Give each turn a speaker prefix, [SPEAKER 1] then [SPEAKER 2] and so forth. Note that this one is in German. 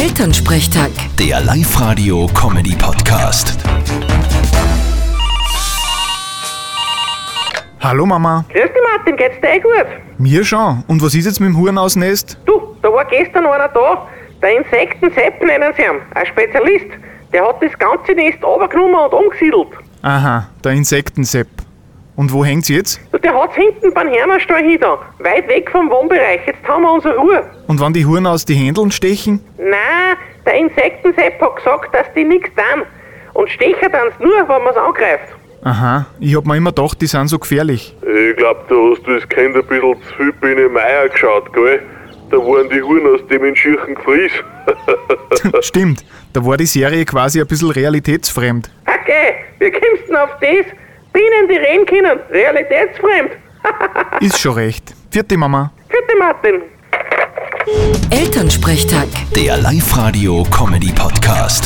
[SPEAKER 1] Elternsprechtag.
[SPEAKER 2] Der Live-Radio-Comedy-Podcast.
[SPEAKER 3] Hallo Mama,
[SPEAKER 4] Grüß dich, Martin, geht's dir eh gut?
[SPEAKER 3] mir schon. Und was ist jetzt mit dem Hurenausnest?
[SPEAKER 4] Du, da war gestern einer da, der Insektensepp nennen sie ihn, ein Spezialist. Der hat das ganze Nest runtergenommen und umgesiedelt.
[SPEAKER 3] Aha, der Insektensepp. Und wo hängt's jetzt?
[SPEAKER 4] Du, der hat's hinten beim Hernerstall hinter, weit weg vom Wohnbereich, jetzt haben wir unsere Ruhe.
[SPEAKER 3] Und wann die Huren aus die Händeln stechen?
[SPEAKER 4] Nein, der Insektensepp hat gesagt, dass die nichts tun. Und stecher tanzt nur, wenn man's angreift.
[SPEAKER 3] Aha, ich hab mir immer gedacht, die sind so gefährlich.
[SPEAKER 5] Ich glaub, da hast du als Kind ein bisschen zu viel Biene Meier geschaut, gell? Da waren die Huren aus dem in Schirchen gefries.
[SPEAKER 3] Stimmt, da war die Serie quasi ein bisschen realitätsfremd.
[SPEAKER 4] Okay, wie kommst du denn auf das? Bienen, die reden können, realitätsfremd.
[SPEAKER 3] Ist schon recht. Vierte Mama.
[SPEAKER 4] Für dich, Martin.
[SPEAKER 1] Elternsprechtag.
[SPEAKER 2] Der Live-Radio-Comedy-Podcast.